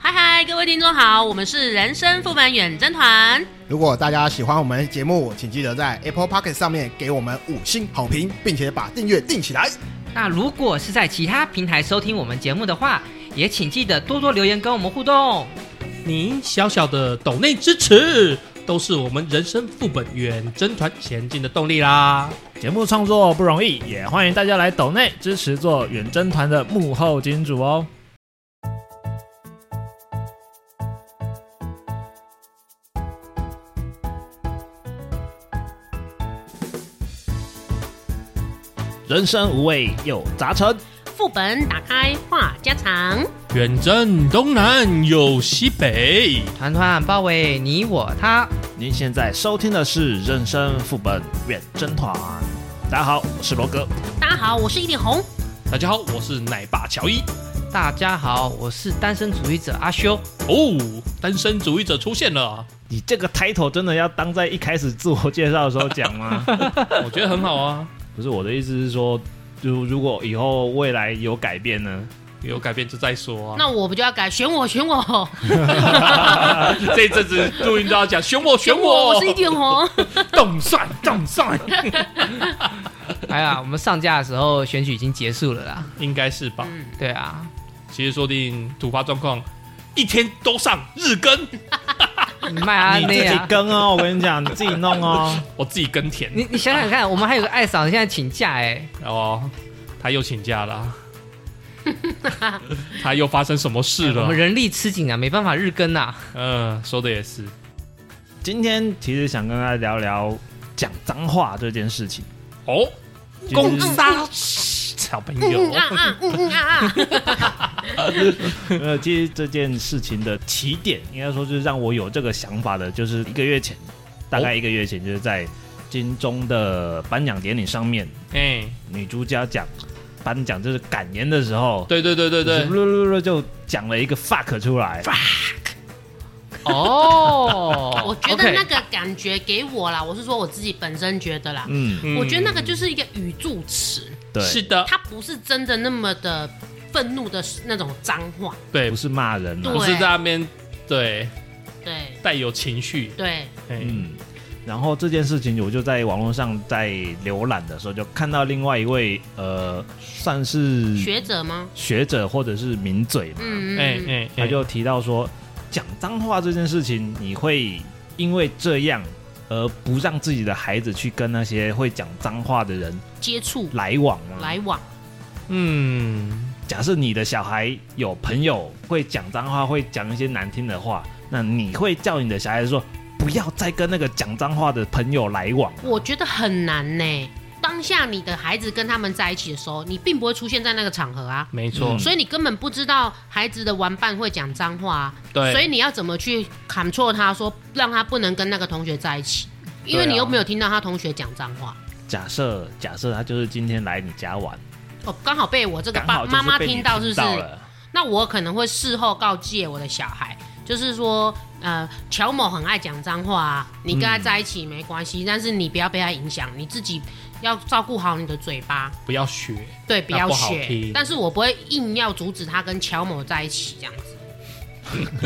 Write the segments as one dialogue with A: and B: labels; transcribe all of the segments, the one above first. A: 嗨嗨，各位听众好，我们是人生副本远征团，
B: 如果大家喜欢我们节目，请记得在 Apple p o c k e t 上面给我们五星好评，并且把订阅订起来。
C: 那如果是在其他平台收听我们节目的话，也请记得多多留言跟我们互动。
D: 您小小的抖内支持，都是我们人生副本远征团前进的动力啦。
E: 节目创作不容易，也欢迎大家来抖内支持做远征团的幕后金主哦。人生无味有杂陈，
A: 副本打开话家常。
D: 远征东南有西北，
C: 团团包围你我他，
E: 您现在收听的是《人生副本远征团》。大家好，我是罗哥。
A: 大家好，我是一点红。
D: 大家好，我是奶爸乔伊。
C: 大家好，我是单身主义者阿修。
D: 哦，单身主义者出现了，
E: 你这个 title 真的要当在一开始自我介绍的时候讲吗？
D: 我觉得很好啊，
E: 不是我的意思是说，如如果以后未来有改变呢？
D: 有改变就再说啊。
A: 那我不就要改选我选我
D: 这一阵子录音都要讲选我 选
A: 我，
D: 我，
A: 我是一点 红。
D: 动算动算，
C: 哎呀，我们上架的时候选举已经结束了啦。
D: 应该是吧？
A: 嗯，
C: 对啊，
D: 其实说不定突发状况，一天都上日更，
C: 你卖阿
E: 你自
C: 内
E: 己
C: 啊！
E: 跟哦，我跟你讲，你自己弄哦。
D: 我自己耕田。
C: 你你想想看，我们还有个艾嫂现在请假哎、
D: 哦，他又请假了 啊，他又发生什么事
C: 我
E: 哎
D: 了
C: 们？人力吃紧啊，没办法日更啊。
D: 嗯，说的也是，
E: 今天其实想跟大家聊聊讲脏话这件 事情。
D: 哦，
E: 就是
D: 公杀小朋
A: 嗯嗯，
D: 友
A: 啊啊，嗯嗯啊 啊。
E: 呃，其实这件事情的起点，应该说就是让我有这个想法的，就是一个月前，
D: 哦
E: 大概一个月前，就是在金钟的颁奖典礼上面，
D: 哎，
E: 女主角讲颁奖就是感言的时候，
D: 对对对对对，
E: 对，就讲了一个 fuck 出来。
C: 哦，
A: 我觉得那个感觉给我啦，我是说我自己本身觉得啦，
E: 嗯，
D: 嗯啊
A: 我觉得那个就是一个语助词，
E: 对，
D: 是的，
A: 它不是真的那么的愤怒的那种脏话，
D: 对
E: 不，是骂人
A: 对
E: 啊
D: 不是在那边对
A: 对
D: 带有情绪，
A: 对，
D: 哎，
E: 嗯，然后这件事情我就在网络上在浏览的时候，就看到另外一位呃，算是
D: 嗯
A: 学者吗？
E: 学者或者是名嘴嘛，
A: 嗯嗯，
D: 哎
A: 嗯
D: 哎，
E: 他就提到说，讲脏话这件事情，你会因为这样而不让自己的孩子去跟那些会讲脏话的人
A: 接触
E: 来往吗？
A: 来往，
D: 嗯，
E: 假设你的小孩有朋友会讲脏话，会讲一些难听的话，那你会叫你的小孩子说，不要再跟那个讲脏话的朋友来往。
A: 我觉得很难呢。当下你的孩子跟他们在一起的时候，你并不会出现在那个场合啊，
D: 没错
E: 嗯，
A: 所以你根本不知道孩子的玩伴会讲脏话、啊，
D: 对，
A: 所以你要怎么去 control 他说让他不能跟那个同学在一起，因为
D: 对啊
A: 你又没有听到他同学讲脏话。
E: 假设假设他就是今天来你家玩，
A: 哦，刚好被我这个
E: 刚
A: 爸
E: 好就
A: 妈
E: 是
A: 妈
E: 被你
A: 听
E: 听
A: 到，是不是？
E: 了。
A: 那我可能会事后告诫我的小孩，就是说，呃，乔某很爱讲脏话、啊，你跟他
E: 嗯
A: 在一起没关系，但是你不要被他影响，你自己要照顾好你的嘴巴，
D: 不要学，
A: 对，不
D: 那
A: 要
D: 不好
A: 学
D: 听。
A: 但是我不会硬要阻止他跟乔某在一起这样子。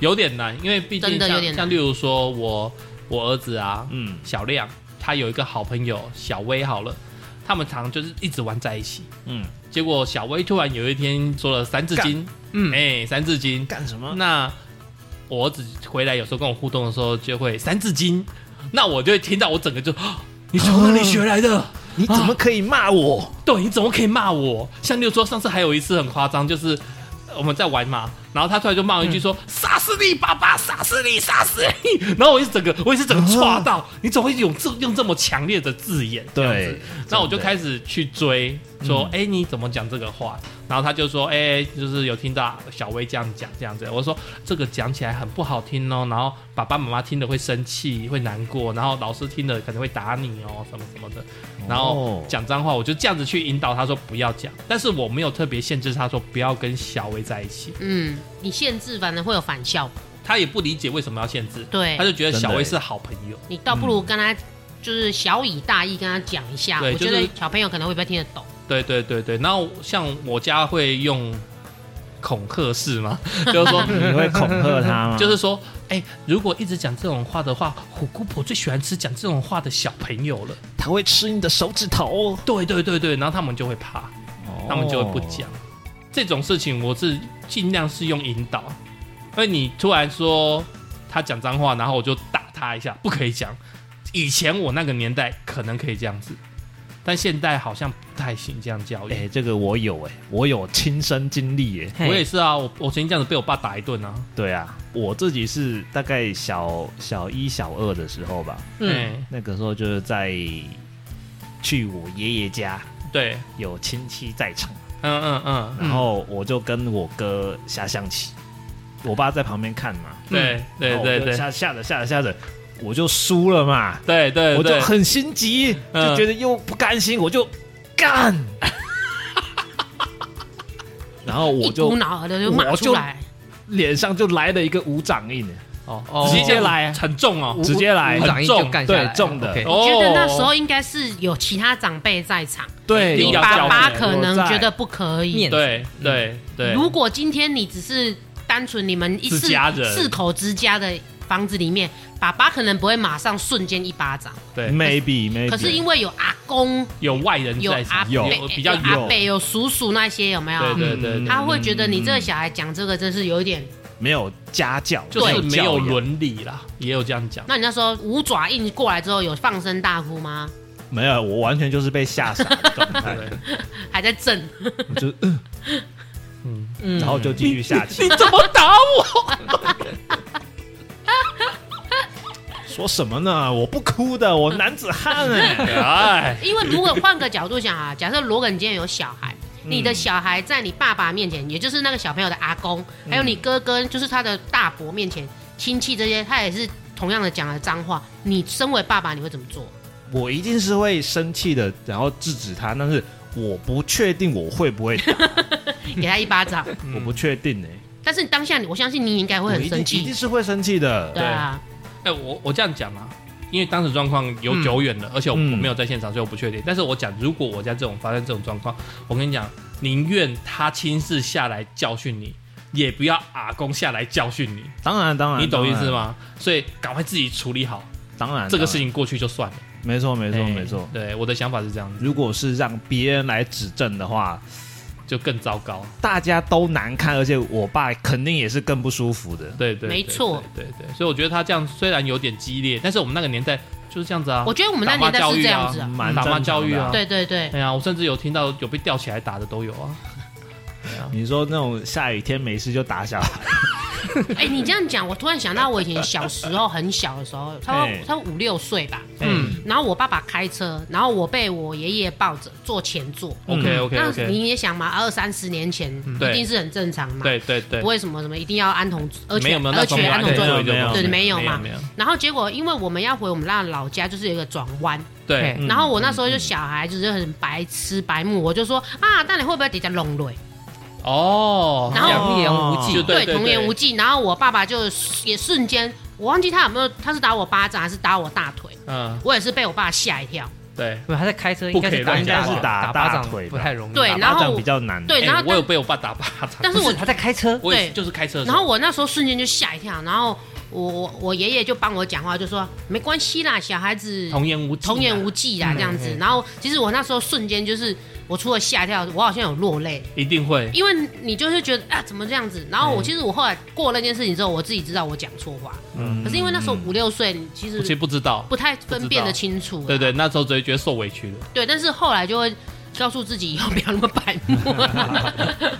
D: 有点难，因为毕
A: 真
D: 竟
A: 的有
D: 像
A: 点难
D: 像例如说我我儿子啊，
E: 嗯，
D: 小亮，他有一个好朋友小薇，好了，他们常就是一直玩在一起。
E: 嗯，
D: 结果小薇突然有一天说了《三字经》，
C: 嗯
D: 哎、三字经》。
E: 干什么？
D: 那我儿子回来有时候跟我互动的时候，就会《三字经》，那我就会听到我整个就，啊你从哪里学来的？
E: 你怎么可以骂我？
D: 对，你怎么可以骂我？像例如说，上次还有一次很夸张，就是呃我们在玩嘛，然后他突然就骂了
E: 嗯
D: 一句说：“杀死你爸爸，杀死你，杀死你！”然后我一整个，我一直整个抓到，你怎么会用这用这么强烈的字眼？这样子
E: 对，
D: 那我就
E: 真的
D: 开始去追，说：“哎、你怎么讲这个话？”然后他就说：“哎、就是有听到小薇这样讲，这样子。”我说：“这个讲起来很不好听哦，然后爸爸妈妈听了会生气，会难过，然后老师听了可能会打你哦，什么什么的。”然后
E: 哦
D: 讲脏话，我就这样子去引导他说不要讲，但是我没有特别限制他说不要跟小薇在一起，
A: 嗯，你限制反而会有反效果。
D: 他也不理解为什么要限制，
A: 对
D: 他，就觉得
E: 真的
D: 小薇
E: 欸
D: 是好朋友，
A: 你倒不如跟他。就是小以大义跟他讲一下，
D: 对
A: 我觉
D: 就是
A: 得小朋友可能会比较听得懂。
D: 对对对对。然后像我家会用恐吓式吗？就是说，
E: 你会恐吓他 吗？
D: 就是说，哎、如果一直讲这种话的话，虎姑婆最喜欢吃讲这种话的小朋友了。
E: 他会吃你的手指头，哦
D: 对对对对，然后他们就会怕，他们就会不讲。这种事情我是尽量是用引导，因为你突然说他讲脏话，然后我就打他一下，不可以讲。以前我那个年代可能可以这样子，但现在好像不太行这样教育。
E: 哎、这个我有哎、我有亲身经历耶、
D: 我也
C: 嘿
D: 是啊，我我曾经这样子被我爸打一顿啊。
E: 对啊，我自己是大概小小一、小二的时候吧，
C: 嗯，
D: 嗯，
E: 那个时候就是在去我爷爷家，
D: 对，
E: 有亲戚在场，
D: 嗯嗯嗯，
E: 然后我就跟我哥下象棋，我爸在旁边看嘛，
D: 对对对
E: 嗯然后我就
D: 对
E: 下下着下着下着，我就输了嘛，
D: 对对，
E: 我就
D: 对
E: 很心急，
D: 嗯
E: 就觉得又不甘心，我就干，然后我
A: 一股
E: 就
A: 脑儿的就骂
E: 我
A: 出
E: 就
A: 来，
E: 脸上就来了一个五掌印，
D: 哦
E: 直接来
D: 很重哦，
E: 直接来
C: 五掌印
D: 重
C: 就干下来了
E: 对重的
C: OK
A: 我觉得那时
D: 哦
A: 候应该是有其他长辈在场，
E: 对，
D: 一定
A: 你
D: 要
A: 爸爸
D: 教训
A: 可能
E: 我在
A: 觉得不可以。
C: 面子
D: 对对对，
A: 如果今天你只是单纯你们一
D: 自
A: 四
D: 家人
A: 四口之家的房子里面，爸爸可能不会马上瞬间一巴掌，
D: 对
E: maybe maybe，
A: 可是因为有阿公、
D: 有外人
A: 有
D: 在
A: 阿
D: 场，
A: 伯、
D: 有比较
A: 有阿
D: 有，
A: 伯、嗯有叔叔那些有没有？
D: 对对对对，
A: 他会觉得你这个小孩讲这个真是有一点，
E: 没有家教，
D: 就是没有
E: 教养
D: 伦理啦，也有这样讲。
A: 那你那时候五爪印过来之后有放声大哭吗？
E: 没有，我完全就是被吓傻的状态，
D: 对，
A: 还在震？
E: 我就嗯
D: 嗯，
C: 嗯
E: 然后就继续下棋，
D: 你怎么打我？
E: 说什么呢？我不哭的，我男子 汉哎，
D: 哎，
A: 因为如果换个角度想啊，假设罗梗今天有小孩，你的小孩在你爸爸面前，也就是那个小朋友的阿公，还有你哥哥，就是他的大伯面前，亲戚这些，他也是同样的讲了脏话，你身为爸爸你会怎么做？
E: 我一定是会生气的，然后制止他，但是我不确定我会不会打，
A: 给他一巴掌。
D: 嗯
E: 我不确定哎，
A: 但是当下你，我相信你应该会
E: 我
A: 很
E: 一定
A: 生
E: 一定
A: 气，
E: 是会生气的，
A: 对啊，
D: 哎，我我这样讲啊。因为当时状况有久远了，而且我我
E: 嗯
D: 没有在现场，所以我不确定。但是我讲，如果我在这种发生这种状况，我跟你讲，宁愿他亲自下来教训你，也不要阿公下来教训你，
E: 当然当然，
D: 你懂意思
E: 当然？
D: 吗？所以赶快自己处理好
E: 当然，
D: 这个事情，过去就算了。
E: 当然没错没错
D: 哎
E: 没错。
D: 对，我的想法是这样子，
E: 如果是让别人来指正的话，
D: 就更糟糕。
E: 大家都难看，而且我爸肯定也是更不舒服的。
D: 对对，
A: 没
D: 对
A: 错，
D: 对对对所以我觉得他这样虽然有点激烈，但是我们那个年代就是这样子啊，
A: 我觉得我们那年代是这样子啊，
E: 蛮
D: 打
E: 正
D: 骂
E: 常
D: 教育
E: 的
D: 啊，
E: 啊，
A: 对对对，
D: 哎呀，我甚至有听到有被吊起来打的都有啊。对啊
E: 你说那种下雨天没事就打小孩，
A: 哎、你这样讲，我突然想到我以前小时候很小的时候，差不
E: 哎
A: 多差不多五六岁吧，
D: 嗯
A: 然后我爸爸开车，然后我被我爷爷抱着坐前座。
D: ，OK OK
A: 那
D: OK，嗯
A: 你也想嘛，二三十年前
D: 对
A: 一定是很正常嘛，
D: 对对对
A: 不，会什么什么一定要安童而且
D: 没有没有，
A: 而
D: 那
A: 且安
D: 安
A: 童
D: 童
A: 座
E: 没有
A: 椅
D: 座椅就
E: 没有
A: 对没有
D: 没
A: 嘛
D: 没有，
A: 然后结果因为我们要回我们那老家，就是有一个转弯，
D: 对
C: 嗯
A: 然后我那时候就小孩就是很白痴白目，我就说啊，那你会不会底下弄累？
D: 哦，
A: 然后
D: 两
C: 童言无
D: 就
C: 忌，
D: 对对
A: 童言无忌。然后我爸爸就也瞬间，我忘记他有没有，他是打我巴掌还是打我大腿，
D: 嗯
A: 我也是被我爸吓一跳。
D: 对，
C: 不他在开车
D: 不
C: 应
D: 可
C: 该
D: 以
C: 是打
D: 乱
C: 你大
D: 讲
C: 腿
E: 话
C: 打
E: 打
C: 巴
E: 大
C: 掌
E: 腿吧
C: 不太容易。啊
A: 对，
E: 打
A: 然
E: 巴掌
A: 后
E: 比较难。
A: 对，
D: 哎
A: 然后
D: 我有
A: 但
D: 被我爸打巴掌，
A: 但是我
C: 不他在开车，
D: 我也是
A: 对
D: 就是开车的时
A: 然后
D: 候，
A: 我那时候瞬间就吓一跳，然后我我我爷爷就帮我讲话，就说没关系啦，小孩子
D: 童言无忌啊，
A: 童言无忌啦这样子
D: 嗯。
A: 然后其实我那时候瞬间就是，我除了吓一跳，我好像有落泪，
D: 一定会，
A: 因为你就是觉得啊怎么这样子。然后我其实我后来过了那件事情之后，我自己知道我讲错话，
D: 嗯，
A: 可是因为那时候五六岁，你其
D: 我其实
A: 实
D: 不知道，
A: 不太分辨得清楚啦。啊
D: 对对，那时候只会觉得受委屈了。
A: 对，但是后来就会告诉自己以后不要那么白 目。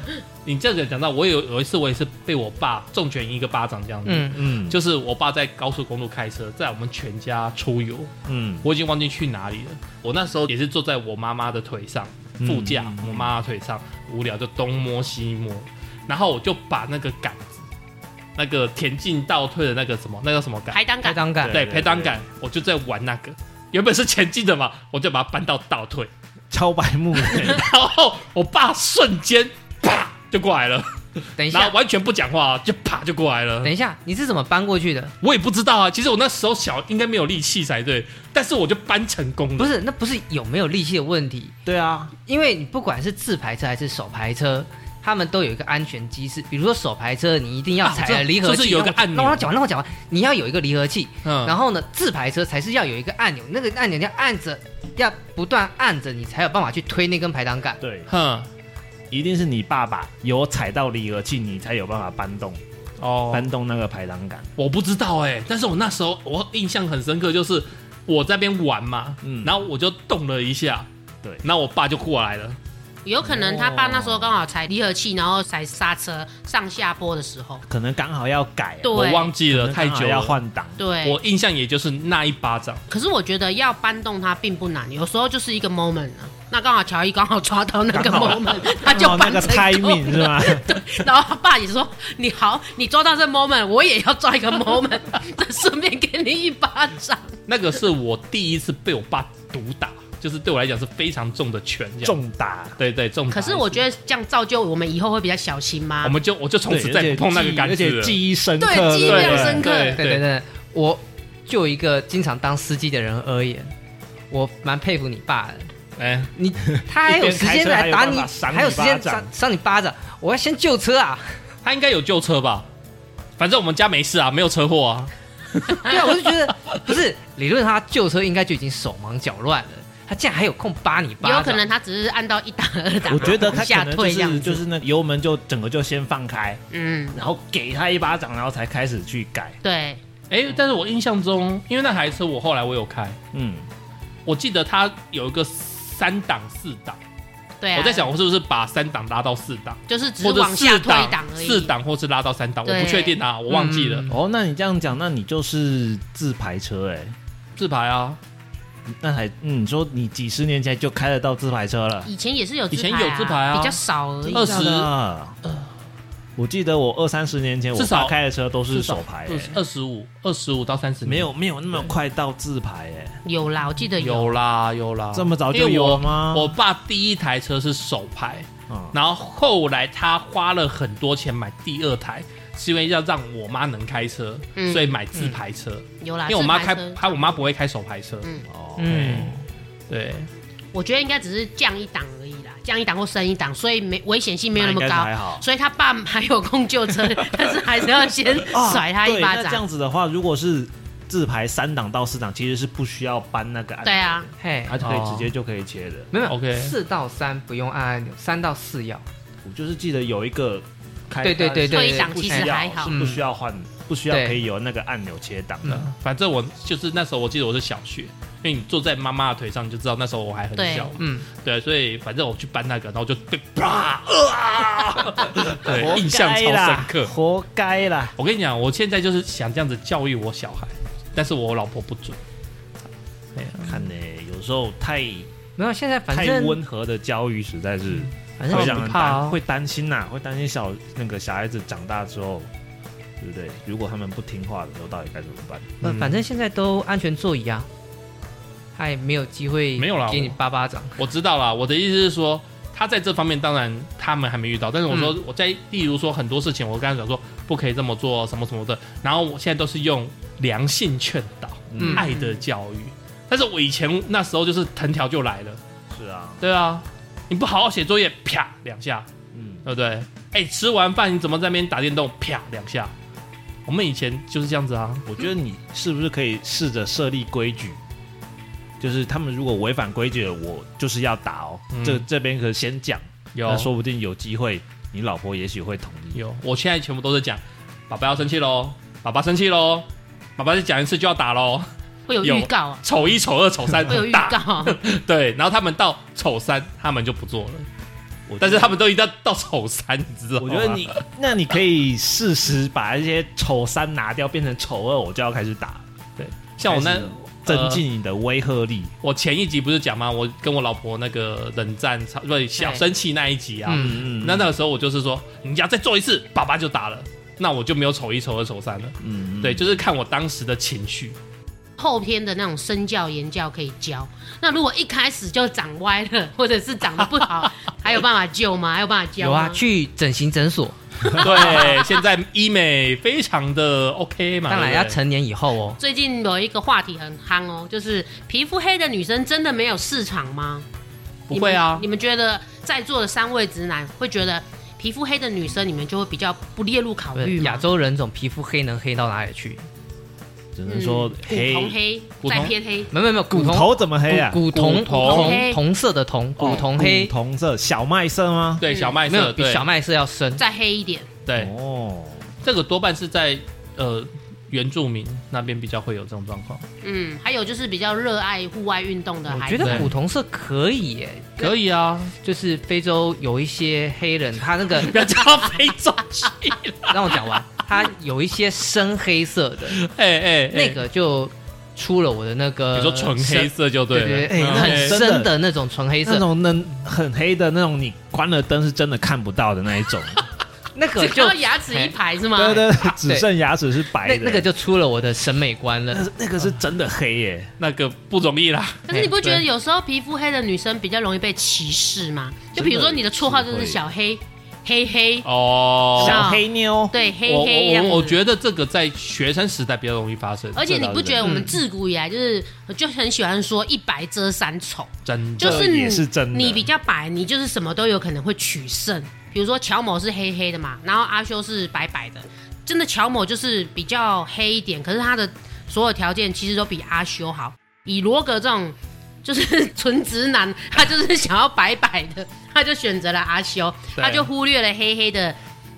D: 你这个讲到，我有有一次我也是被我爸重拳一个巴掌这样子，
C: 嗯，
E: 嗯
D: 就是我爸在高速公路开车，在我们全家出游，
E: 嗯，
D: 我已经忘记去哪里了。我那时候也是坐在我妈妈的腿上，副驾，我妈妈腿上，无聊就东摸西摸，然后我就把那个杆子，那个田径倒退的那个什么，那个什么
E: 啊
D: 杆，
A: 排单
C: 开
A: 杆，
C: 档杆
E: 对
D: 对，排挡杆，我就在玩那个。原本是前进的嘛，我就把它搬到倒退，
E: 超白 目，
D: 然后我爸瞬间啪就过来了，
C: 等一
D: 然后嗯
C: 下，
D: 完全不讲话，就啪就过来了
C: 等。一下，你是怎么搬过去的？
D: 我也不知道啊，其实我那时候小，应该没有力气才对，但是我就搬成功了。
C: 不是，那不是有没有力气的问题，
E: 对啊，
C: 因为你不管是自排车还是手排车，他们都有一个安全机制，比如说手排车，你一定要
D: 啊
C: 踩
D: 这
C: 了离合器，
D: 就是有一个
C: 让我
D: 按钮
C: 让我讲完，让我讲完，你要有一个离合器，
D: 嗯，
C: 然后呢，自排车才是要有一个按钮，那个按钮你要按着，要不断按着，你才有办法去推那根排挡杆。
E: 对，
D: 哼，
E: 一定是你爸爸有踩到离合器，你才有办法搬动
D: 哦，
E: 搬动那个排挡杆。
D: 我不知道哎、但是我那时候我印象很深刻，就是我在那边玩嘛，
E: 嗯
D: 然后我就动了一下，
E: 对
D: 然后我爸就过来了，
A: 有可能他爸那时
E: 哦
A: 候刚好踩离合器，然后踩刹车上下坡的时候，
E: 可能刚好要改、啊，
A: 对
D: 我忘记了太
E: 可能刚好
D: 久
E: 要
D: 了，
E: 换挡。
A: 对，
D: 我印象也就是那一巴掌，
A: 可是我觉得要搬动它并不难，有时候就是一个 moment 啊。那刚好乔伊刚好抓到那个
E: 刚好
A: moment，他就
E: 哦那
A: 搬
E: 个
A: 成功
E: timing 是吗？
A: 然后他爸也说：“你好，你抓到这 moment，我也要抓一个 moment，再 顺便给你一巴掌。
D: 那个是我第一次被我爸毒打，就是对我来讲是非常重的拳，这样，
E: 重打，
D: 对对重打。
A: 可是我觉得这样造就我们以后会比较小心
D: 我
A: 吗？
D: 们就我就从此再
E: 对
D: 也
E: 而且
D: 不碰那个
E: 记
D: 杆子
E: 而且
D: 了。
E: 记忆深刻，
A: 对记忆
E: 不
A: 非常深刻
D: 对
C: 对对对，我就一个经常当司机的人而言，我蛮佩服你爸的。
D: 哎，
C: 你他还有时间来打你，
E: 一边开车还有办法赏你
C: 还有时间
E: 巴掌
C: 赏赏你巴掌。我要先救车啊！
D: 他应该有旧车吧？反正我们家没事啊，没有车祸啊。
C: 对啊，我就觉得不是理论上他救车应该就已经手忙脚乱了，他竟然还有空扒你巴
A: 也
C: 掌。
A: 有可能他只是按到一打二打，
E: 我觉得他
A: 往下
E: 可能就
A: 退这样
E: 是
A: 子，
E: 就是那个油门就整个就先放开，
A: 嗯，
E: 然后给他一巴掌，然后才开始去改。
A: 对，
D: 哎，但是我印象中，因为那台车我后来我有开，
E: 嗯，
D: 我记得它有一个三档四档，
A: 对、啊。
D: 我在想我是不是把三档拉到四档，
A: 就是只
D: 或者
A: 往
D: 四
A: 下推一档
D: 档
A: 而已。
D: 四档，或是拉到三档，我
A: 对
D: 不确定啊，我忘记了
C: 嗯
E: 哦，那你这样讲，那你就是自排车哎、
D: 自排啊，
E: 那还嗯，你说你几十年前就开得到自排车了？
A: 以前也是有自
D: 以前
A: 排
D: 有自排啊
A: 比较少而已。
D: 二十
E: 真的啊我记得我二三十年前我
D: 至少
E: 爸开的车都是手排、欸，
D: 二十五二十五到三十，
E: 没有没有那么快到自排哎、
A: 有啦，我记得有。
D: 有啦有啦，
E: 这么早就
D: 因为
E: 有
D: 我
E: 了吗
D: 我爸第一台车是手排，
E: 嗯，
D: 然后后来他花了很多钱买第二台，是因为要让我妈能开车，
A: 嗯
D: 所以买自排车。
A: 有啦，
D: 因为我妈开
A: 自排车，
D: 她我妈不会开手排车。
A: 嗯
E: 哦，
D: 嗯，对，
A: 我觉得应该只是降一档而已啦，降一档或升一档，所以没危险性没有那么
E: 应该是还
A: 高。
E: 好。
A: 所以他爸还有空救 车，但是还是要先
D: 啊
A: 甩他一
E: 啊对
A: 巴
E: 那这
A: 掌。
E: 样子的话，如果是自排三档到四档，其实是不需要搬那个按钮，
A: 对，啊，
C: 嘿，
E: 它就可以直接就可以切的。
C: 没有
D: OK
C: 四到三不用按按钮，三到四要。
E: 我就是记得有一个开
C: 对对对对
E: 是
C: 退档
E: 不
A: 其
E: 需
A: 实
E: 要
A: 还好嗯
E: 是不需要换，不需要
C: 对
E: 可以有那个按钮切档的。
D: 嗯，反正我就是那时候，我记得我是小学，因为你坐在妈妈的腿上，你就知道那时候我还很
A: 对
D: 小嘛。
C: 嗯，
D: 对，所以反正我去搬那个，然后就被啪， 啊对， 印象超深刻。
E: 活该啦！
D: 我跟你讲，我现在就是想这样子教育我小孩，但是我老婆不准。
E: 看呢、有时候太
C: 没有，现在反
E: 太
C: 正
E: 温和的教育实在是
C: 反
E: 会
C: 正
E: 让
C: 不
E: 人
C: 怕
E: 担
D: 啊
C: 哦。
E: 会担心呐、会担心小那个小孩子长大之后，对不对？如果他们不听话的时候，到底该怎么办？
C: 呃，
D: 嗯
C: 反正现在都安全座椅啊，他也没有机会
D: 没有啦
C: 给你
D: 我
C: 巴巴掌。
D: 我知道啦，我的意思是说，他在这方面当然他们还没遇到，但是我说
C: 嗯
D: 我在例如说很多事情，我刚才讲说不可以这么做什么什么的，然后我现在都是用良性劝导、
C: 嗯
D: 爱的教育，但是我以前那时候就是藤条就来了，
E: 是啊，
D: 对啊，你不好好写作业，啪两下，
E: 嗯，
D: 对不对？哎、吃完饭你怎么在那边打电动，啪两下？我们以前就是这样子啊，
E: 我觉得你是不是可以试着设立规矩？就是他们如果违反规矩了，我就是要打哦。
D: 嗯
E: 这这边可先讲，
D: 有
E: 那说不定有机会，你老婆也许会同意。
D: 有，我现在全部都是讲，爸爸要生气喽，爸爸生气喽，爸爸再讲一次就要打喽。
A: 会有
D: 有
A: 预告啊，
D: 丑一、丑二、丑三
A: 会有预
D: 打，
A: 告。啊
D: 对，然后他们到丑三，他们就不做了，
E: 我觉得
D: 但是他们哦啊都一定要到丑三，你知道吗？
E: 我觉得你，那你可以适时把一些丑三拿掉，变成丑二，我就要开始打，
D: 像我那
E: 开始增进你的威吓力。
D: 我前一集不是讲吗？我跟我老婆那个冷战，吵不是小
A: 对
D: 生气那一集啊，
C: 嗯
E: 嗯
D: 那那个时候我就是说，你要再做一次，爸爸就打了，那我就没有丑一、丑二、丑三了。
E: 嗯
D: 对，就是看我当时的情 绪。
A: 后天的那种身教言教可以教。那如果一开始就长歪了，或者是长得不 好，还有办法救吗？还有办法教
C: 有
A: 吗
C: 啊，去整形诊所，
D: 对，现在医美非常的 OK 嘛，
C: 当然要
D: 啊对不对
C: 成年以后哦。
A: 最近有一个话题很夯哦，就是皮肤黑的女生真的没有市场吗？
D: 不会啊
A: 你们，你们觉得在座的三位直男会觉得皮肤黑的女生，你们就会比较不列入考
C: 不是
A: 虑吗
C: 亚洲人种皮肤黑能黑到哪里去？
E: 只能说
A: 嗯、
E: 黑
A: 古铜黑
D: 古铜
A: 再偏黑，
C: 没有没有没有，古
E: 骨
C: 铜
E: 头怎么黑啊？
C: 古铜
D: 古铜
A: 黑
C: 铜铜色的铜，古铜黑
E: 古铜色小麦色吗？
D: 对，
A: 嗯
D: 小麦
C: 没
D: 色，
C: 有比
D: 对
C: 小麦色要深。
A: 再黑一点。
D: 对，
E: 哦，
D: 这个多半是在呃原住民那边比较会有这种状况，
A: 嗯，还有就是比较热爱户外运动的
C: 我
A: 孩
C: 觉
A: 子，
C: 得古铜色可以耶，
D: 可以啊，
C: 就是非洲有一些黑人，他那个
D: 人家非洲去，
C: 让我讲完，他有一些深黑色的，
D: 哎哎，哎
C: 那，个就出了我的那个，
D: 你说纯黑
C: 深，
D: 色就
C: 对
D: 了，
C: 对对，
D: 嗯
C: 哎很
E: 深
C: 深的那种纯黑
E: 那
C: 色，
E: 种能很黑的那种，你关了灯是真的看不到的那一种。
C: 那个
A: 只
C: 就
A: 要牙齿一排是吗？
E: 对对，对只剩牙齿是白
C: 那
E: 的。
C: 那个就出了我的审美观
E: 那
C: 了。
E: 是那个是真的黑耶，
D: 那个不容易啦，
A: 可是你不觉得有时候皮肤黑的女生比较容易被歧视吗？就比如说你的绰号就是小黑，黑黑，
D: 哦。
A: 像
E: 小黑妞。
A: 对，黑
D: 我
A: 黑这样
D: 我
A: 子
D: 我我觉得这个在学生时代比较容易发生，
A: 而且你不觉得我们自古以来就是就很喜欢说一白遮三丑，
D: 真
A: 就是
D: 的
E: 这
A: 你
E: 也是真的
A: 你比较白，你就是什么都有可能会取胜。比如说乔某是黑黑的嘛，然后阿修是白白的，真的乔某就是比较黑一点，可是他的所有条件其实都比阿修好。以罗格这种就是纯直男， 他就是想要白白的，他就选择了阿修，
D: 对
A: 他就忽略了黑黑的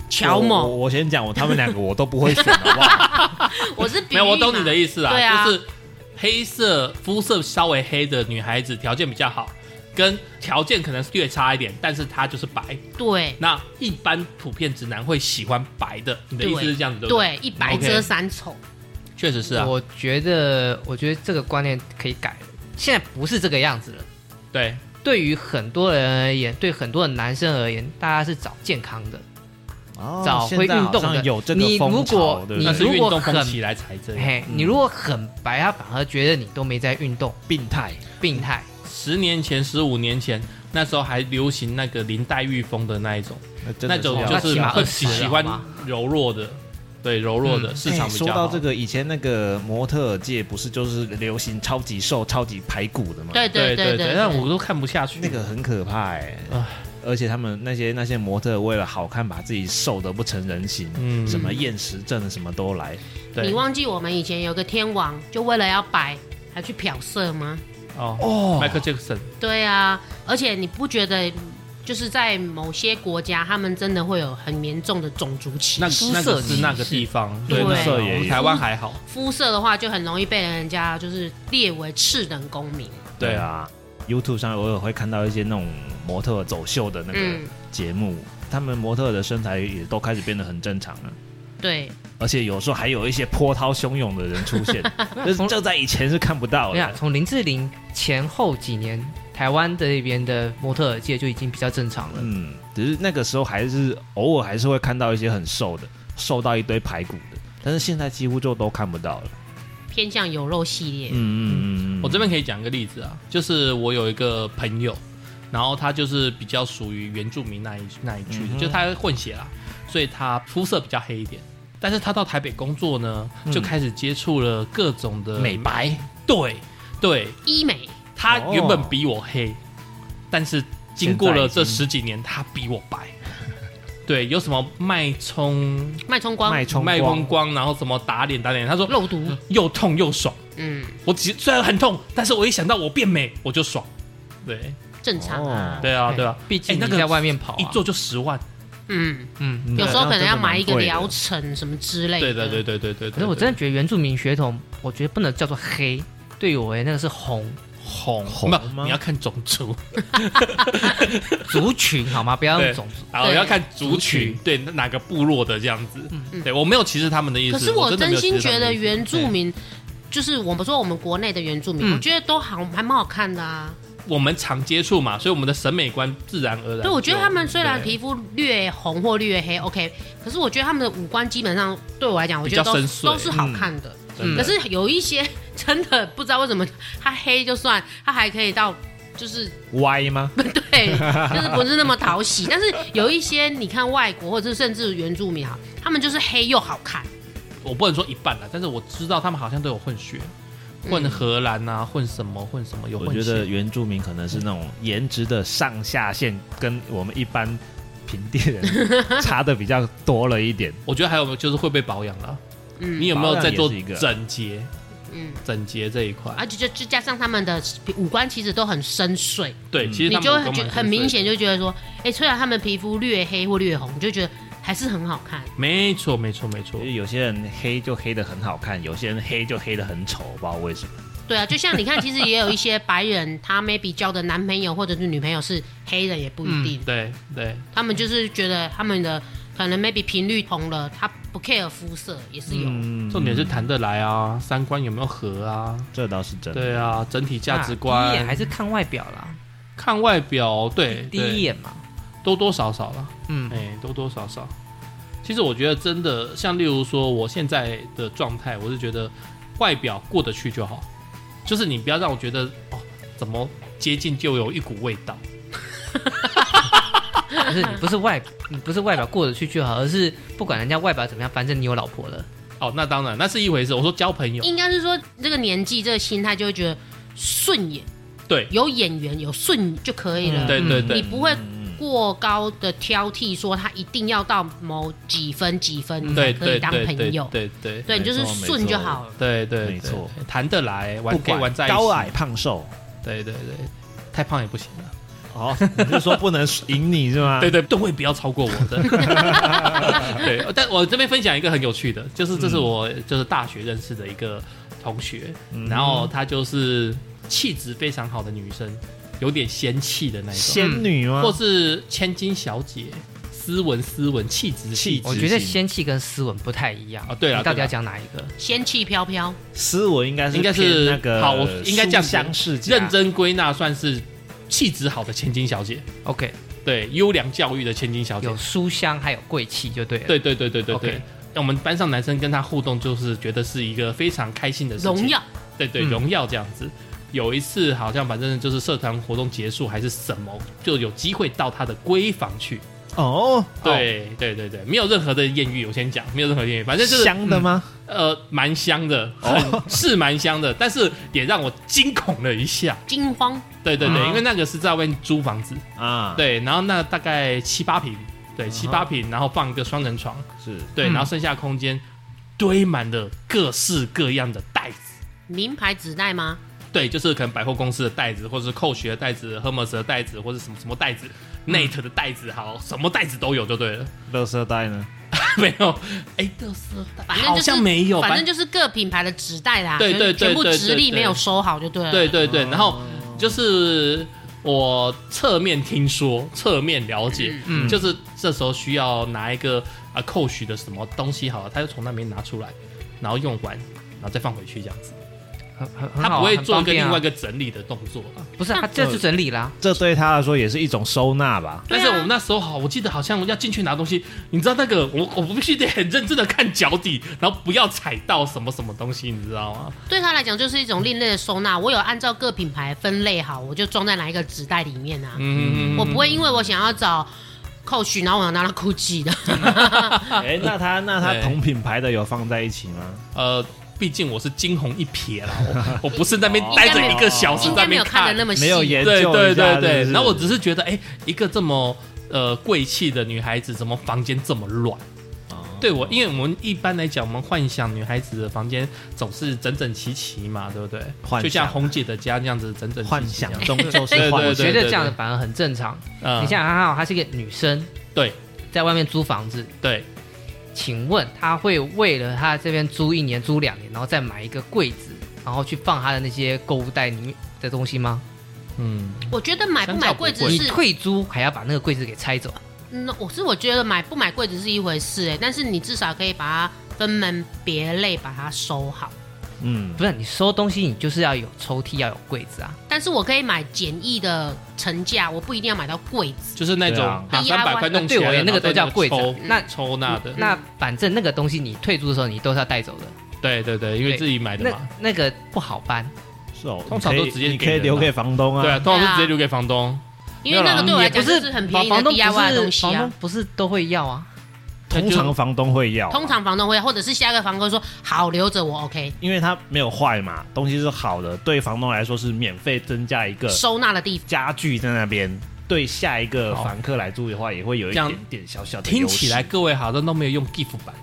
A: 乔某。
E: 我
A: 我
E: 我我先讲，我他们两个我都不会选，啊 好不好？
A: 是比
D: 没有，我
A: 喻
D: 懂
A: 嘛
D: 你的意思啊，
A: 对啊，
D: 就是黑色肤色稍微黑的女孩子条件比较好，跟条件可能略差一点，但是她就是白。
A: 对
D: 那一般普遍直男会喜欢白的，你的意思是这样子对不对？
A: 对，一白
D: OK
A: 遮三丑。
D: 确实是啊，
C: 我觉得我觉得这个观念可以改了，现在不是这个样子了。
D: 对，
C: 对于很多人而言，对很多的男生而言，大家是找健康的，
E: 哦
C: 找会
E: 现在
C: 运
E: 好
C: 动
E: 像
C: 的。
E: 有这
C: 你
E: 个
C: 如
E: 风潮，
C: 果
E: 对不
C: 你
D: 那
E: 对？
D: 是运
C: 如果
D: 动
C: 很
D: 风起来才这样。
C: 嘿，你如果很白，他反而觉得你都没在运动，
E: 病态，
C: 病态。
D: 十年前、十五年前，那时候还流行那个林黛玉风的那一种，
E: 真的啊
D: 那种
E: 要
D: 就
C: 那
D: 是
C: 起码
D: 会
C: 20了
D: 喜欢
C: 好吧
D: 柔弱的，对柔弱的
C: 嗯
D: 市场
E: 哎
D: 比
E: 说
D: 较
E: 到
D: 好
E: 这。个，以前那个模特界不是就是流行超级瘦、超级排骨的吗？
A: 对对
D: 对
A: 对，
D: 但我都看不下去。
E: 那个很可怕哎、
D: 唉
E: 而且他们那些那些模特为了好看，把自己瘦得不成人形，
D: 嗯
E: 什么厌食症什么都来。
D: 对
A: 你忘记我们以前有个天王，就为了要白，还去漂色吗？
D: 哦，迈克杰克逊，
A: 对啊，而且你不觉得就是在某些国家，他们真的会有很严重的种族歧
D: 那
A: 视？
D: 那
C: 肤
D: 个
C: 色
D: 是那个地方，
A: 对
D: 那时候
E: 对
D: 台湾还好，
A: 肤色的话，就很容易被人家就是列为次等公民。
E: 对啊，YouTube 上偶尔会看到一些那种模特走秀的那个
A: 嗯，
E: 节目，他们模特的身材也都开始变得很正常了。
A: 对，
E: 而且有时候还有一些波涛汹涌的人出 现，就是这在以前是看不到
C: 我想
A: 啊
E: 的。
C: 从林志玲前后几年，台湾这边的模特儿界就已经比较正常了。
E: 嗯，只是那个时候还是偶尔还是会看到一些很瘦的，瘦到一堆排骨的，但是现在几乎就都看不到了。
A: 偏向有肉系列。
E: 嗯嗯嗯嗯，
D: 我这边可以讲一个例子啊，就是我有一个朋友，然后他就是比较属于原住民那一那一区
E: 嗯
D: 的，
E: 哼
D: 就他混血啦，所以他肤色比较黑一点。但是他到台北工作呢，就开始接触了各种的
E: 嗯美白，
D: 对对，
A: 医美，
D: 他
E: 哦
D: 原本比我黑，但是经过了这
E: 现在已经
D: 十几年，他比我白。对，有什么脉冲、
A: 脉冲光，
E: 脉冲
D: 脉冲
E: 光
D: 光，然后什么打脸打脸，他说
A: 肉毒，
D: 又痛又爽。
A: 嗯，
D: 我只虽然很痛，但是我一想到我变美，我就爽。对，
A: 正常啊。
D: 对啊，对啊，
C: 毕竟
D: 哎那
C: 你
D: 个
C: 在外面跑啊、
D: 一做就十万。
A: 嗯，
C: 嗯。
A: 有时候可能要买一个疗
E: 疗程。
A: 程什么之类
D: 对
A: 的。
D: 对对对对对。
C: 可是我真的觉得原住民血统，我觉得不能叫做黑，对于我而言那个是红
D: 红
E: 红
D: 不
E: 吗
D: 你要看种族
C: 族群，好吗？不要
D: 对
C: 用种族。
D: 啊，
A: 对
D: 我要看族
C: 族
D: 群
C: 群，
D: 对哪个部落的这样子
A: 嗯。
D: 对我没有歧视他们的意思，
A: 可是我
D: 我
A: 真心觉得原
D: 原
A: 住，民，就是我们说我们国内的原住民，
C: 嗯
A: 我觉得都好还蛮好看的啊。
D: 对我们常接触嘛，所以我们的审美观自然而然。
A: 对，我觉得他们虽然
D: 啊对
A: 皮肤略红或略黑，OK，可是我觉得他们的五官基本上对我来讲，我觉得都
D: 比较深邃嗯
A: 都是好看的。
D: 真
A: 可
D: 的
A: 是有一些 真的不知道为什么，他黑就算，他还可以到就是
E: 歪吗？
A: 对，就是不是那么讨喜。但是有一些你看外国或者是甚至原住民哈，啊他们就是黑又好看。
D: 我不能说一半啦，但是我知道他们好像都有混血，
A: 嗯
D: 混荷兰啊，混什么混什么有
E: 我
D: 混
E: 觉得
D: 血。
E: 原住民可能是那种颜值的上下限跟我们一般平地人差的比较多了一点。
D: 我觉得还有就是会被保养了，
A: 嗯，
D: 你有没有在做
E: 保养也是一个
D: 整洁？
A: 嗯，啊
D: 整洁这一块，
A: 而且就就加上他们的五官其实都很深邃，
D: 对，
E: 嗯
D: 其实
A: 你
D: 他们
A: 就
D: 五
A: 会
D: 官蛮
A: 觉
D: 深邃
A: 很明显就觉得说，哎、虽然他们皮肤略黑或略红，你就觉得还是很好看。
D: 没错，没错，没
A: 嗯
D: 错
E: 就。是 有些人黑就黑的很好看，有些人黑就黑的很丑，不知道为什么。
A: 对啊，就像你看，其实也有一些白人，他 maybe 交的男朋友或者是女朋友是黑人，也不一定。
D: 嗯，对对，
A: 他们就是觉得他们的可能 maybe 频率同了，他不 care 肤色也是有。
E: 嗯
D: 重点是谈得来啊，三观有没有合啊？
E: 这倒是真的。
D: 对啊，整体价值观，
C: 啊第一眼还是看外表啦，
D: 看外表，对，
C: 第一
D: 眼
C: 眼嘛，
D: 多多少少啦，
C: 嗯
D: 哎、，多多少少。其实我觉得真的，像例如说我现在的状态，我是觉得外表过得去就好，就是你不要让我觉得哦，怎么接近就有一股味道。
C: 不是你不是外你不是外表过得去就好，而是不管人家外表怎么样，反正你有老婆了，
D: 哦，那当然，那是一回事。我说交朋友，
A: 应该是说这个年纪这个心态就会觉得顺眼，
D: 对
A: 有眼缘有顺就可以了。
D: 对对
E: 嗯
D: 对，
A: 你不会
E: 嗯
A: 过高的挑剔，说他一定要到某几分几分才
D: 对
A: 可以
D: 对
A: 当
D: 对
A: 朋友
D: 对。对对
A: 对，你就是
E: 没错
A: 顺就好了。
D: 对对，
E: 没错
D: 对，谈得来，玩
E: 不
D: 可以玩
E: 管
D: 在一起，
E: 高矮胖瘦，
D: 对对对，太胖也不行了。
E: 哦，你是说不能赢你是 吗？
D: 对对，吨位不要超过我 的。对，但我这边分享一个很有趣的，就是这是我就是大学认识的一个同学，
E: 嗯
D: 然后她就是气质非常好的女生，有点仙气的那一种，
E: 仙女
D: 嗯
E: 吗？
D: 或是千金小姐，斯文斯文，气质
E: 气质
D: 质。
C: 我觉得仙气跟斯文不太一样
D: 哦对啦
C: 你到底
D: 对啦
C: 要讲哪一个？
A: 仙气飘飘，
E: 斯文应该是
D: 应该是
E: 偏那个
D: 好我应该这样子
E: 相世家
D: 认真归纳算是气质好的千金小姐，
C: OK，
D: 对，优良教育的千金小姐
C: 有，书香还有贵气就对了。
D: 对对对对对对
C: OK。
D: 那我们班上男生跟她互动，就是觉得是一个非常开心的事情。
A: 荣耀
D: 对对，
C: 嗯
D: 荣耀这样子。有一次好像反正就是社团活动结束还是什么，就有机会到他的闺房去。
E: 哦，
D: 对、对对对，没有任何的艳遇，我先讲，没有任何艳遇，反正就是
E: 香的吗？
D: 呃蛮香的，很是蛮香的，但是也让我惊恐了一下。
A: 惊慌，
D: 对对对，
E: 嗯
D: 因为那个是在外面租房子，
E: 啊，，
D: 嗯对，然后那大概七八平，对七八平，然后放一个双人床，
E: 是
D: 对，
C: 嗯
D: 然后剩下空间堆满了各式各样的袋子。
A: 名牌纸袋吗？
D: 对，就是可能百货公司的袋子，或者是蔻雪的袋子、Hermes 的袋子，或者什么什么袋子、Nate
C: 嗯
D: 的袋子，好，什么袋子都有就对了。
E: 乐色袋呢？
D: 没有，哎，都是袋，
A: 反正
D: 好
A: 就是
D: 像没有，
A: 反正就是各品牌的纸袋啦，就
D: 对
A: 是
D: 对对
A: 全部
D: 对
A: 直
D: 对
A: 立
D: 对
A: 没有收好就对了。
D: 对对对。然
C: 哦
D: 后就是我侧面听说，侧面了解，
C: 嗯
D: 就是这时候需要拿一个啊蔻雪的什么东西好了，他就从那边拿出来，然后用完，然后再放回去这样子，
C: 很很很
D: 他
C: 好啊
D: 不会
C: 很
D: 做一
C: 方
D: 个
C: 便啊
D: 另外一个整理的动作啊。
C: 不是啊他这次整理啦，
E: 这对他来说也是一种收纳吧。
A: 对啊
D: 但是我们那时候好，我记得好像要进去拿东西，你知道那个我我必须得很认真的看脚底，然后不要踩到什么什么东西，你知道吗？
A: 对他来讲就是一种另类的收纳。我有按照各品牌分类好，我就装在哪一个纸袋里面啊。
D: 嗯，
A: 我不会因为我想要找 Coach，然后我想拿到 Gucci
D: 哦
A: 的。
E: 哎，那他那他
D: 啊对
E: 同品牌的有放在一起吗？
D: 呃，毕竟我是惊鸿一瞥啦，我我不是那边待着一个小时
A: 应该
D: 在那
A: 没有
D: 边
A: 看的那么细，
E: 没有研究
D: 对
E: 一下
D: 对对
E: 是不
D: 对，
E: 是
D: 然后我只是觉得，哎，一个这么呃贵气的女孩子，怎么房间这么乱？
E: 哦
D: 对我，因为我们一般来讲，我们幻想女孩子的房间总是整整齐齐嘛，对不对？
E: 幻想
D: 就像红姐的家那样子整整齐齐这样。
E: 幻想中
D: 对
E: 就是
D: 呃对
E: 幻
C: 我
E: 想
C: 觉得这样反而很正常。
D: 嗯
C: 你想想看哦，她是一个女生，
D: 对，
C: 在外面租房子，
D: 对，
C: 请问她会为了她这边租一年、租两年，然后再买一个柜子，然后去放她的那些购物袋里面的东西吗？
D: 嗯，
A: 我觉得买不买柜子
C: 你
A: 是，
C: 退租还要把那个柜子给拆走，
A: 那我是我觉得买不买柜子是一回事哎、但是你至少可以把它分门别类，把它收好。
E: 嗯，
C: 不是你收东西，你就是要有抽屉，要有柜子啊。
A: 但是我可以买简易的层架，我不一定要买到柜子。
D: 就是那
E: 对啊
D: 种两三百块弄起来
C: 对
D: 的，
C: 我那个都叫柜子
D: 然后再
C: 那
D: 抽抽纳
A: 嗯
D: 的，
C: 那反正那个东西你退租的时候，你都是要带走的，
D: 对对对，因为自己买的
C: 那
D: 嘛，
C: 那个不好搬。
E: 是哦，
D: 通常都直接
E: 你
D: 给
E: 可以你可以
D: 人
E: 留
D: 啊
E: 给房东啊。
D: 对啊，通常是直接留给房东。
A: 啊因为那个对我来
C: 也不
A: 讲就是是很
C: 房
A: 便宜的
C: 房东不
A: DIY 的
C: 是
A: 东西
C: 房东
A: 啊。
C: 不是都会要啊？
E: 通常房东会要啊，
A: 通常房东会，或者是下一个房东说好留着我 OK，
E: 因为它没有坏嘛，东西是好的，对房东来说是免费增加一个
A: 收纳的地方。
E: 家具在那边。对下一个
D: 好
E: 房客来租的话，也会有一
D: 这样
E: 点点小小的
D: 听
E: 优势
D: 起来各位好像都没有用 GIF 版，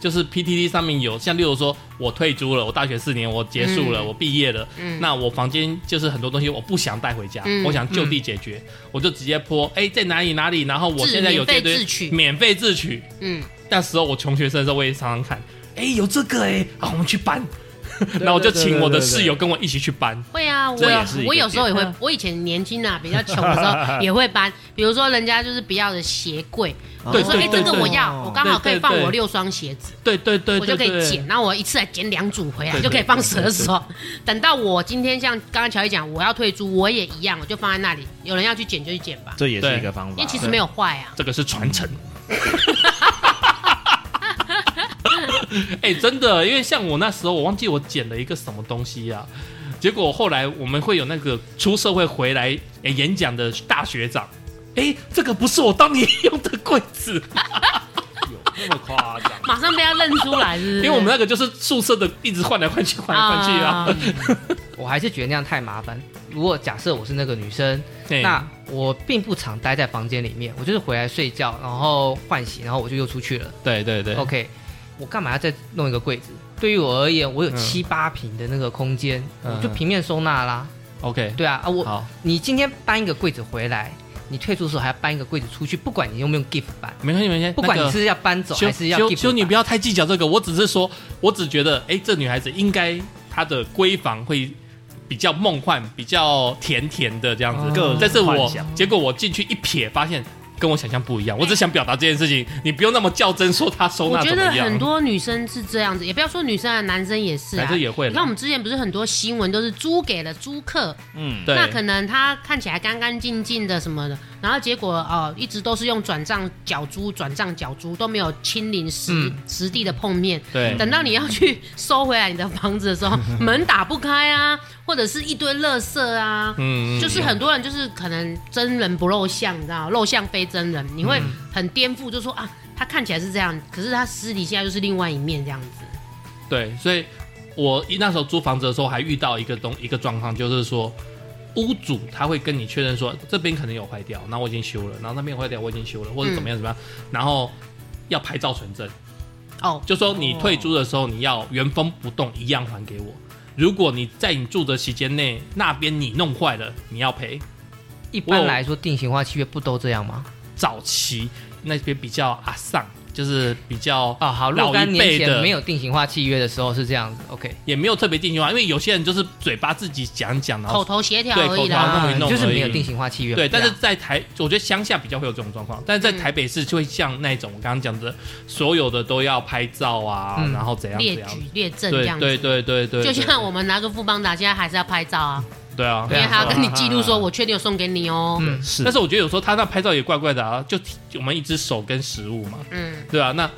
D: 就是 PTT 上面有，像例如说我退租了，我大学四年我结束了，
A: 嗯
D: 我毕业了，
A: 嗯
D: 那我房间就是很多东西我不想带回家，
A: 嗯
D: 我想就地解决，我就直接泼，哎、在哪里哪里，然后我
A: 自
D: 现在有这
A: 免费
D: 堆
A: 自取
D: 免费自取，
A: 嗯，
D: 那时候我穷学生的时候，我也常常看，哎、有这个哎、啊，我们去搬， 然后我就
E: 对对
D: 请我的
E: 对对对
D: 室友跟我一起去搬，
A: 会啊，我
D: 这
E: 也是一个
A: 我有时候也
D: 点
A: 会，我以前年轻啊，比较穷的时候也会搬，比如说人家就是不要的鞋柜，我
E: 哦
D: 对
A: 就说
D: 对
A: 哎，
D: 对
A: 这个我
D: 对
A: 要，我刚好可以
D: 对对
A: 放
D: 对
A: 我六双鞋子，
D: 对对对
A: 我就
D: 对对，
A: 可以捡，然后我一次来捡两组回来，
D: 对
A: 就可以
D: 对
A: 放
D: 对
A: 蛇的时候。 等到我今天像刚刚乔伊讲，我要退租，我也一样，我就放在那里，有人要去捡就去捡吧，
E: 这也是
D: 对
E: 一个方
A: 因
E: 法。
A: 为其实没有坏啊。
D: 这个是 传承。哎、真的，因为像我那时候，我忘记我捡了一个什么东西啊，结果后来我们会有那个出社会回来、哎演讲的大学长，哎、这个不是我当年用的柜 子，
E: 那么夸张，
A: 马上被他认出来，是不是？
D: 因为我们那个就是宿舍的，一直换来换去，换来换去啊。
A: 啊，
C: 我还是觉得那样太麻烦。如果假设我是那个女生，
D: 哎
C: 那我并不常待在房间里面，我就是回来睡觉，然后换洗，然后我就又出去了。
D: 对对对，
C: OK，我干嘛要再弄一个柜子？对于我而言，我有七八平的那个空间，
D: 嗯
C: 我就平面收纳啦。
D: OK，
C: 对啊，啊我
D: 好，
C: 你今天搬一个柜子回来，你退出的时候还要搬一个柜子出去，不管你用不用 gift 搬，
D: 没关系没关系，
C: 不管
D: 那
C: 你
D: 个
C: 是要搬走
D: 修
C: 还是要
D: 修
C: gift
D: 修，你
C: 搬
D: 不要太计较这个。我只是说，我只觉得，哎、这女孩子应该她的闺房会比较梦幻，比较甜甜的这样
C: 哦
D: 子。
E: 个人
D: 但是
E: 幻
D: 我
E: 想
D: 结果我进去一瞥，发现跟我想象不一样。我只想表达这件事情，你不用那么较真，说她收
A: 我
D: 纳
A: 觉
D: 怎
A: 得
D: 么样。
A: 很多女生是这样子，也不要说女生啊，男生也是啊
D: 男生。也会
A: 你看我
D: 了，
A: 们之前不是很多新闻都是租给了租客，
E: 嗯，
D: 对，
A: 那可能他看起来干干净净的什么的，然后结果哦、一直都是用转账缴租、转账缴租，都没有亲临实、
C: 嗯
A: 实地的碰面。
D: 对嗯
A: 等到你要去收回来你的房子的时候，门打不开啊，或者是一堆垃圾啊，
D: 嗯
A: 就是很多人就是可能真人不露相，你知道吗，露相非真人，你会
D: 嗯
A: 很颠覆，就说啊，他看起来是这样，可是他私底下就是另外一面这样子。
D: 对，所以我一那时候租房子的时候，还遇到一个东一个状况，就是说屋主他会跟你确认说这边可能有坏掉，那我已经修了，然后那边有坏掉我已经修了，或者怎么样怎么样，然后要拍照存证，
A: 哦，
D: 就说你退租的时候你要原封不动一样还给我。如果你在你住的期间内那边你弄坏了，你要赔。
C: 一般
D: 我
C: 来说，定型化契约不都这样吗？
D: 早期那边比较阿丧，就是比较
C: 啊，好，若
D: 老
C: 干
D: 一辈
C: 年前
D: 的
C: 没有定型化契约的时候是这样子，OK，
D: 也没有特别定型化，因为有些人就是嘴巴自己讲讲，然后
A: 口头协调
D: 对
A: 而已
D: 口头
A: 啦。
D: 弄一弄
C: 啊就是
D: 而已
C: 没有定型化契约嘛。
D: 对，但是
C: 啊
D: 在台，我觉得乡下比较会有这种状况，但是在
A: 嗯
D: 台北市就会像那种我刚刚讲的，所有的都要拍照啊，
C: 嗯
D: 然后怎样
A: 列
D: 怎样
A: 举。列证这
D: 对
A: 样子，
D: 对对对
A: 就
D: 对，
A: 像
D: 我
A: 我们拿个富邦达，现在还是要拍照啊，
D: 对啊，
A: 因为还要跟你记录说，
E: 啊
A: 我确定有送给你哦。
C: 嗯，
E: 是，
D: 但是我觉得有时候他那拍照也怪怪的啊，就我们一只手跟食物嘛，
A: 嗯，
D: 对啊，那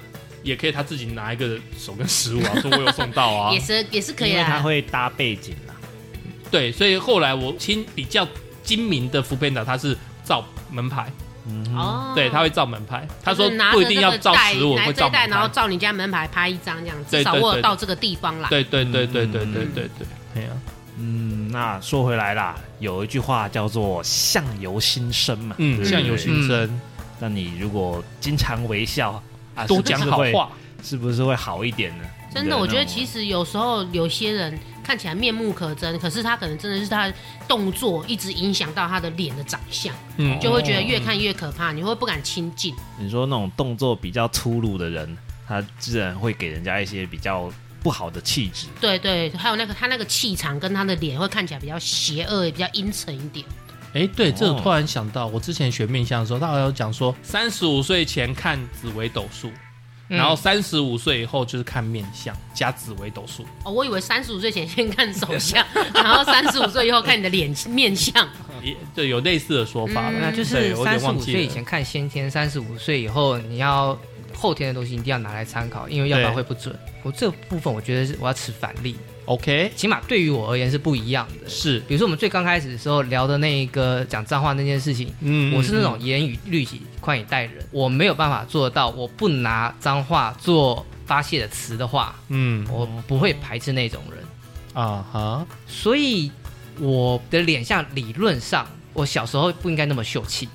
D: 也可以他自己拿一个手跟食物啊，说我有送到啊
A: 也，是也是可
E: 因
A: 以
E: 为它
A: 啊。
E: 会搭背景啦。
D: 对，所以后来我听比较精明的福贝达，他是照门牌，
A: 哦，
D: 对，他会照门牌，他
A: 就
D: 说
A: 是拿着
D: 不一定
A: 这个
D: 要照
A: 袋
D: 食物，
A: 拿
D: 会
A: 这
D: 照
A: 一袋，
D: 门
A: 然后
D: 牌，
A: 照你家门牌拍一张这样，
D: 对
A: 至少
D: 对
A: 我有
D: 对
A: 到这个地方啦。
D: 对对对对对对
E: 嗯
D: 对对，对呀。
E: 嗯，那说回来啦，有一句话叫做“相由心生”嘛，
D: 嗯，
E: 对
D: 相
E: 不
D: 由
E: 对
D: 心生，
E: 那你如果经常微笑啊，
D: 多讲好
E: 是不是会，
D: 话。
E: 是不是会好一点呢？
A: 真的，我觉得其
E: 实
A: 实有时候有些人看起来面目可憎，可是他可能真的是他的动作一直影响到他的脸的长相，
D: 嗯，
A: 就会觉得越看越可怕，你会不敢亲近。
E: 你说那种动作比较粗鲁的人，他自然会给人家一些比较不好的气质。
A: 对对，还有那个他那个气场跟他的脸会看起来比较邪恶，也比较阴沉一点。
D: 哎，对，这
E: 哦
D: 个突然想到，我之前学面相的时候，他好像有讲说，三十五岁前看紫微斗数，
C: 嗯
D: 然后三十五岁以后就是看面相加紫微斗数。
A: 哦，我以为三十五岁前先看手 相，然后三十五岁以后看你的脸面相。
D: 也对，有类似的说法
A: 嗯
D: 了。
C: 那嗯就
D: 对
C: 是
D: 我
C: 三
D: 有点
C: 十五
D: 忘记
C: 岁以
D: 了
C: 前看先天，三十五岁以后你要后天的东西一定要拿来参考，因为要不然
D: 对
C: 会不准。我这部分我觉得是我要持反例，
D: OK，
C: 起码对于我而言是不一样的。
D: 是，
C: 比如说我们最刚开始的时候聊的那一个讲脏话那件事情，
D: 嗯
C: 我是那种严以律己、宽以待人，我没有办法做到，我不拿脏话做发泄的词的话，
D: 嗯
C: 我不会排斥那种人。
D: 啊哈，
C: 所以我的脸像理论上我小时候不应该那么秀气，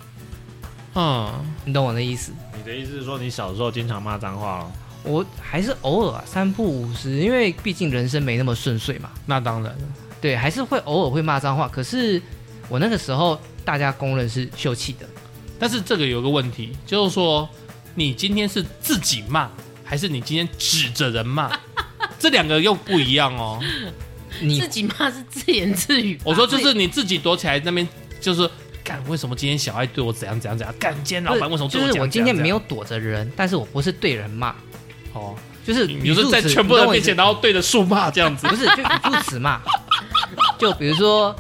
D: 嗯，
C: 你懂我的意思？
E: 你的意思是说你小时候经常骂脏话哦？
C: 我还是偶尔、啊、三不五时，因为毕竟人生没那么顺遂嘛，
D: 那当然，
C: 对，还是会偶尔会骂脏话。可是我那个时候大家公认是秀气的，
D: 但是这个有个问题，就是说你今天是自己骂，还是你今天指着 人骂？这两个又不一样哦。
C: 你
A: 自己骂是自言自语吧。
D: 我
C: 啊
D: 说就是你自己躲起来那边，就是干为什么今天小爱对我怎样怎样怎样？干今天老板为什么对
C: 就
D: 我
C: 是
D: 这
C: 我
D: 样
C: 今天
D: 这样
C: 没有躲着人，但是我不是对人骂，
D: 这样哦，
C: 就是
D: 你
C: 语
D: 就是
C: 助
D: 在
C: 词
D: 全部
C: 你
D: 人
C: 懂我意
D: 面
C: 思
D: 前，然后对着树骂这 样子。
C: 不是就语助词嘛？就比如说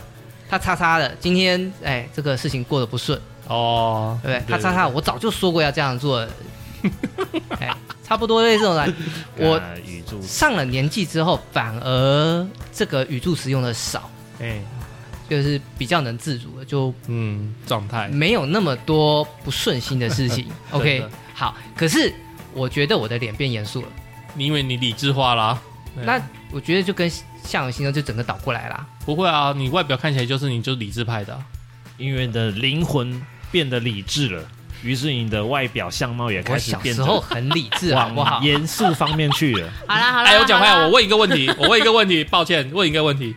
C: 他叉叉的，今天哎这个事情过得不顺，
D: 哦，
C: 对不对？
E: 对
C: 他叉叉，我早就说过要这样做 了，哎，差不多类似这种的。我
E: 啊语助词
C: 上了年纪之后，反而这个语助词用的少，
D: 哎，
C: 就是比较能自主了，就
D: 嗯，状态
C: 没有那么多不顺心的事情。OK，
D: 真的
C: 好。可是我觉得我的脸变严肃了，
D: 你因为你理智化啦。对
C: 那我觉得就跟向阳星座就整个倒过来啦。
D: 不会啊，你外表看起来就是你就是理智派的啊、
E: 因为你的灵魂变得理智了，于是你的外表相貌也
C: 我
E: 开始
C: 小
E: 变
C: 时
E: 得
C: 候很理 智，好不好
E: 往？严肃方面去 了。
A: 好啦好啦，
D: 哎，我讲回
A: 好
D: 来，
A: 啦
D: 我问一个问题， 我问一个问题，抱歉，问一个问题。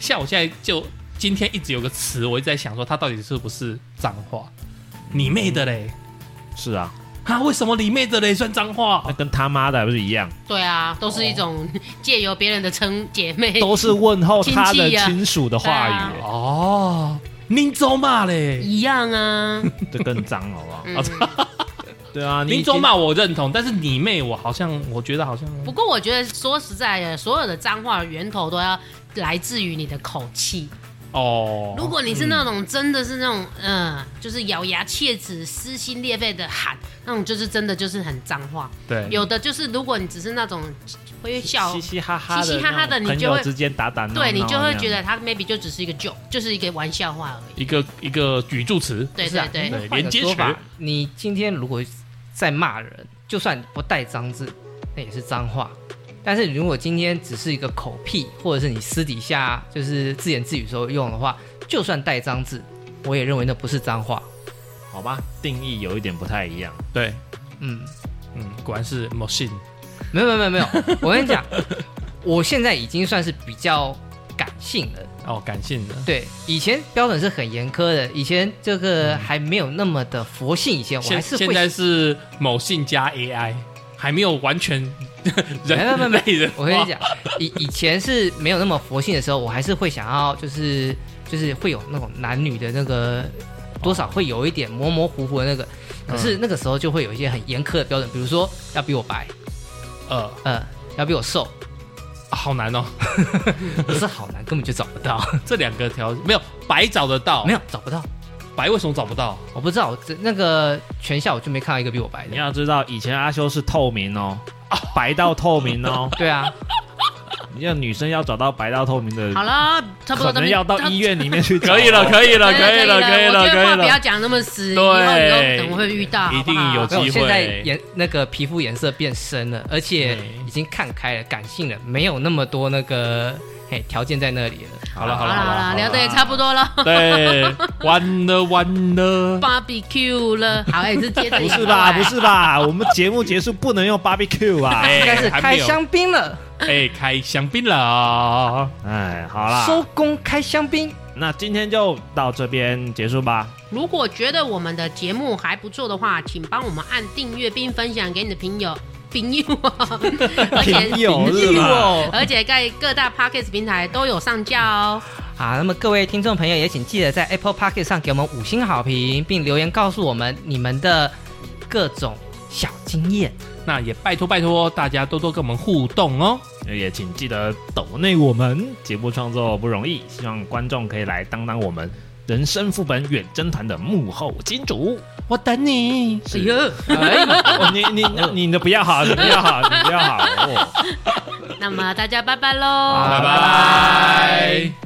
D: 像我现在就今天一直有个词，我一直在想说它到底是不是脏话？
C: 嗯
D: 你妹的嘞！
E: 是啊，
D: 啊，为什么你妹的嘞算脏
E: 那
D: 话？
E: 跟他妈的还不是一样，
A: 对啊，都是一种借由别人的称姐妹。
E: 哦都是问候他的
A: 亲戚啊
E: 亲属的话语
A: 对，啊
D: 哦，宁州骂嘞，
A: 一样 啊，
E: 这更脏好不好？
A: 嗯
D: 啊
E: 对啊，
D: 宁州骂我认同，但是你妹我好像我觉得好像
A: 不过我觉得说实在的，所有的脏话的源头都要来自于你的口气。
D: 哦，
A: 如果你是那种真的是那种嗯、呃就是咬牙切齿、撕心裂肺的喊，那种就是真的就是很脏话。
D: 对
A: 有的就是如果你只是那种会笑
E: 嘻，嘻哈哈的，
A: 嘻嘻哈哈的
E: 那种
A: 你就
E: 朋
A: 会
E: 友之间打打闹闹，
A: 对你就会觉得他 maybe 就只是一个 joke，就是一个玩笑话而已。
D: 一个一个语助词，
A: 对
C: 不是啊
A: 对对，
D: 对
C: 换
D: 连
C: 个
D: 接
C: 说
D: 学
C: 法，你今天如果在骂人，就算不带脏字，那也是脏话。但是如果今天只是一个口癖，或者是你私底下就是自言自语时候用的话，就算带脏字，我也认为那不是脏话。
E: 好吧，定义有一点不太一样。
D: 对，
C: 嗯，
D: 嗯，果然是某信
C: 没有没有没有没有，我跟你讲， 我现在已经算是比较感性了。
D: 哦，感性的，
C: 对，以前标准是很严苛的，以前这个还没有那么的佛性，以前我还
D: 现
C: 是
D: 现
C: 会
D: 在是某信加 AI，还没有完全
C: 没有没有
D: 人
C: 没
D: 类
C: 有
D: 人化。
C: 我跟你讲，以以前是没有那么佛性的时候，我还是会想要，就是就是会有那种男女的那个多少会有一点模模糊糊的那个，可是那个时候就会有一些很严苛的标准，比如说要比我白，
D: 呃，
C: 呃，要比我瘦，
D: 好难哦，
C: 可是好难，根本就找不到，
D: 这两个条没有白找得到，
C: 没
D: 有
C: 有找不到，
D: 白为什么找不到？
C: 我不知道，我这那个全校我就没看到一个比我白
E: 你
C: 的，，
E: 要知道，以前阿修是透明哦，白到透明哦
C: 对啊，
E: 要女生要找到白到透明的，
A: 好了，差不多
E: 可
A: 咱
E: 能
A: 们
E: 要到医院里面去找。啊
D: 可以了，
E: 以。
D: 可以了，
A: 对
D: 可以了，可以了，
A: 我觉
D: 可
A: 得话
D: 以
A: 不要
D: 了，
A: 讲那么死，以
D: 对
A: 后以后可能会遇到，
D: 一
A: 好
D: 定
A: 不好
D: 有
C: 没有，
D: 机
C: 现在
D: 会
C: 颜那个皮肤颜色变深了，而且
D: 对
C: 已经看开了，感性了，没有那么多那个嘿条件在那里了。
D: 好了，
A: 好
D: 好
A: 了
D: 了，
A: 好
D: 好
A: 了，
D: 了，
A: 聊的也差不多了
D: 对，完了，完了，
A: ，barbecue 了，好，哎，是 接着
E: 不
A: 一
E: 是
A: 块
E: 吧？不，是吧？我们节目结束不能用 barbecue 啊吧？
D: 哎
C: 应该是开，香槟了，
D: 还没有哎，开香槟了，
E: 哎，好啦，
C: 收工开香槟。
E: 那今天就到这边结束吧。
A: 如果觉得我们的节目还不错的话，请帮我们按订阅并分享给你的朋友。朋友 啊，而
E: 朋
A: 且
E: 友是吧？
A: 而且在各大 podcast 平台都有上架哦。
C: 好，那么各位听众朋友也请记得在 Apple p o c k e t 上给我们五星好评，并留言告诉我们你们的各种小经验。
D: 那也拜托拜托大家多多跟我们互动哦。
E: 也请记得抖内我们节目创作不容易，希望观众可以来当当我们人生副本远征团的幕后金主。
D: 我等你，
A: 哎呦，
E: 哦、你你你的不要好，你不要好，你不要好。哦
A: 那么大家拜拜喽。
E: 好
D: 拜拜。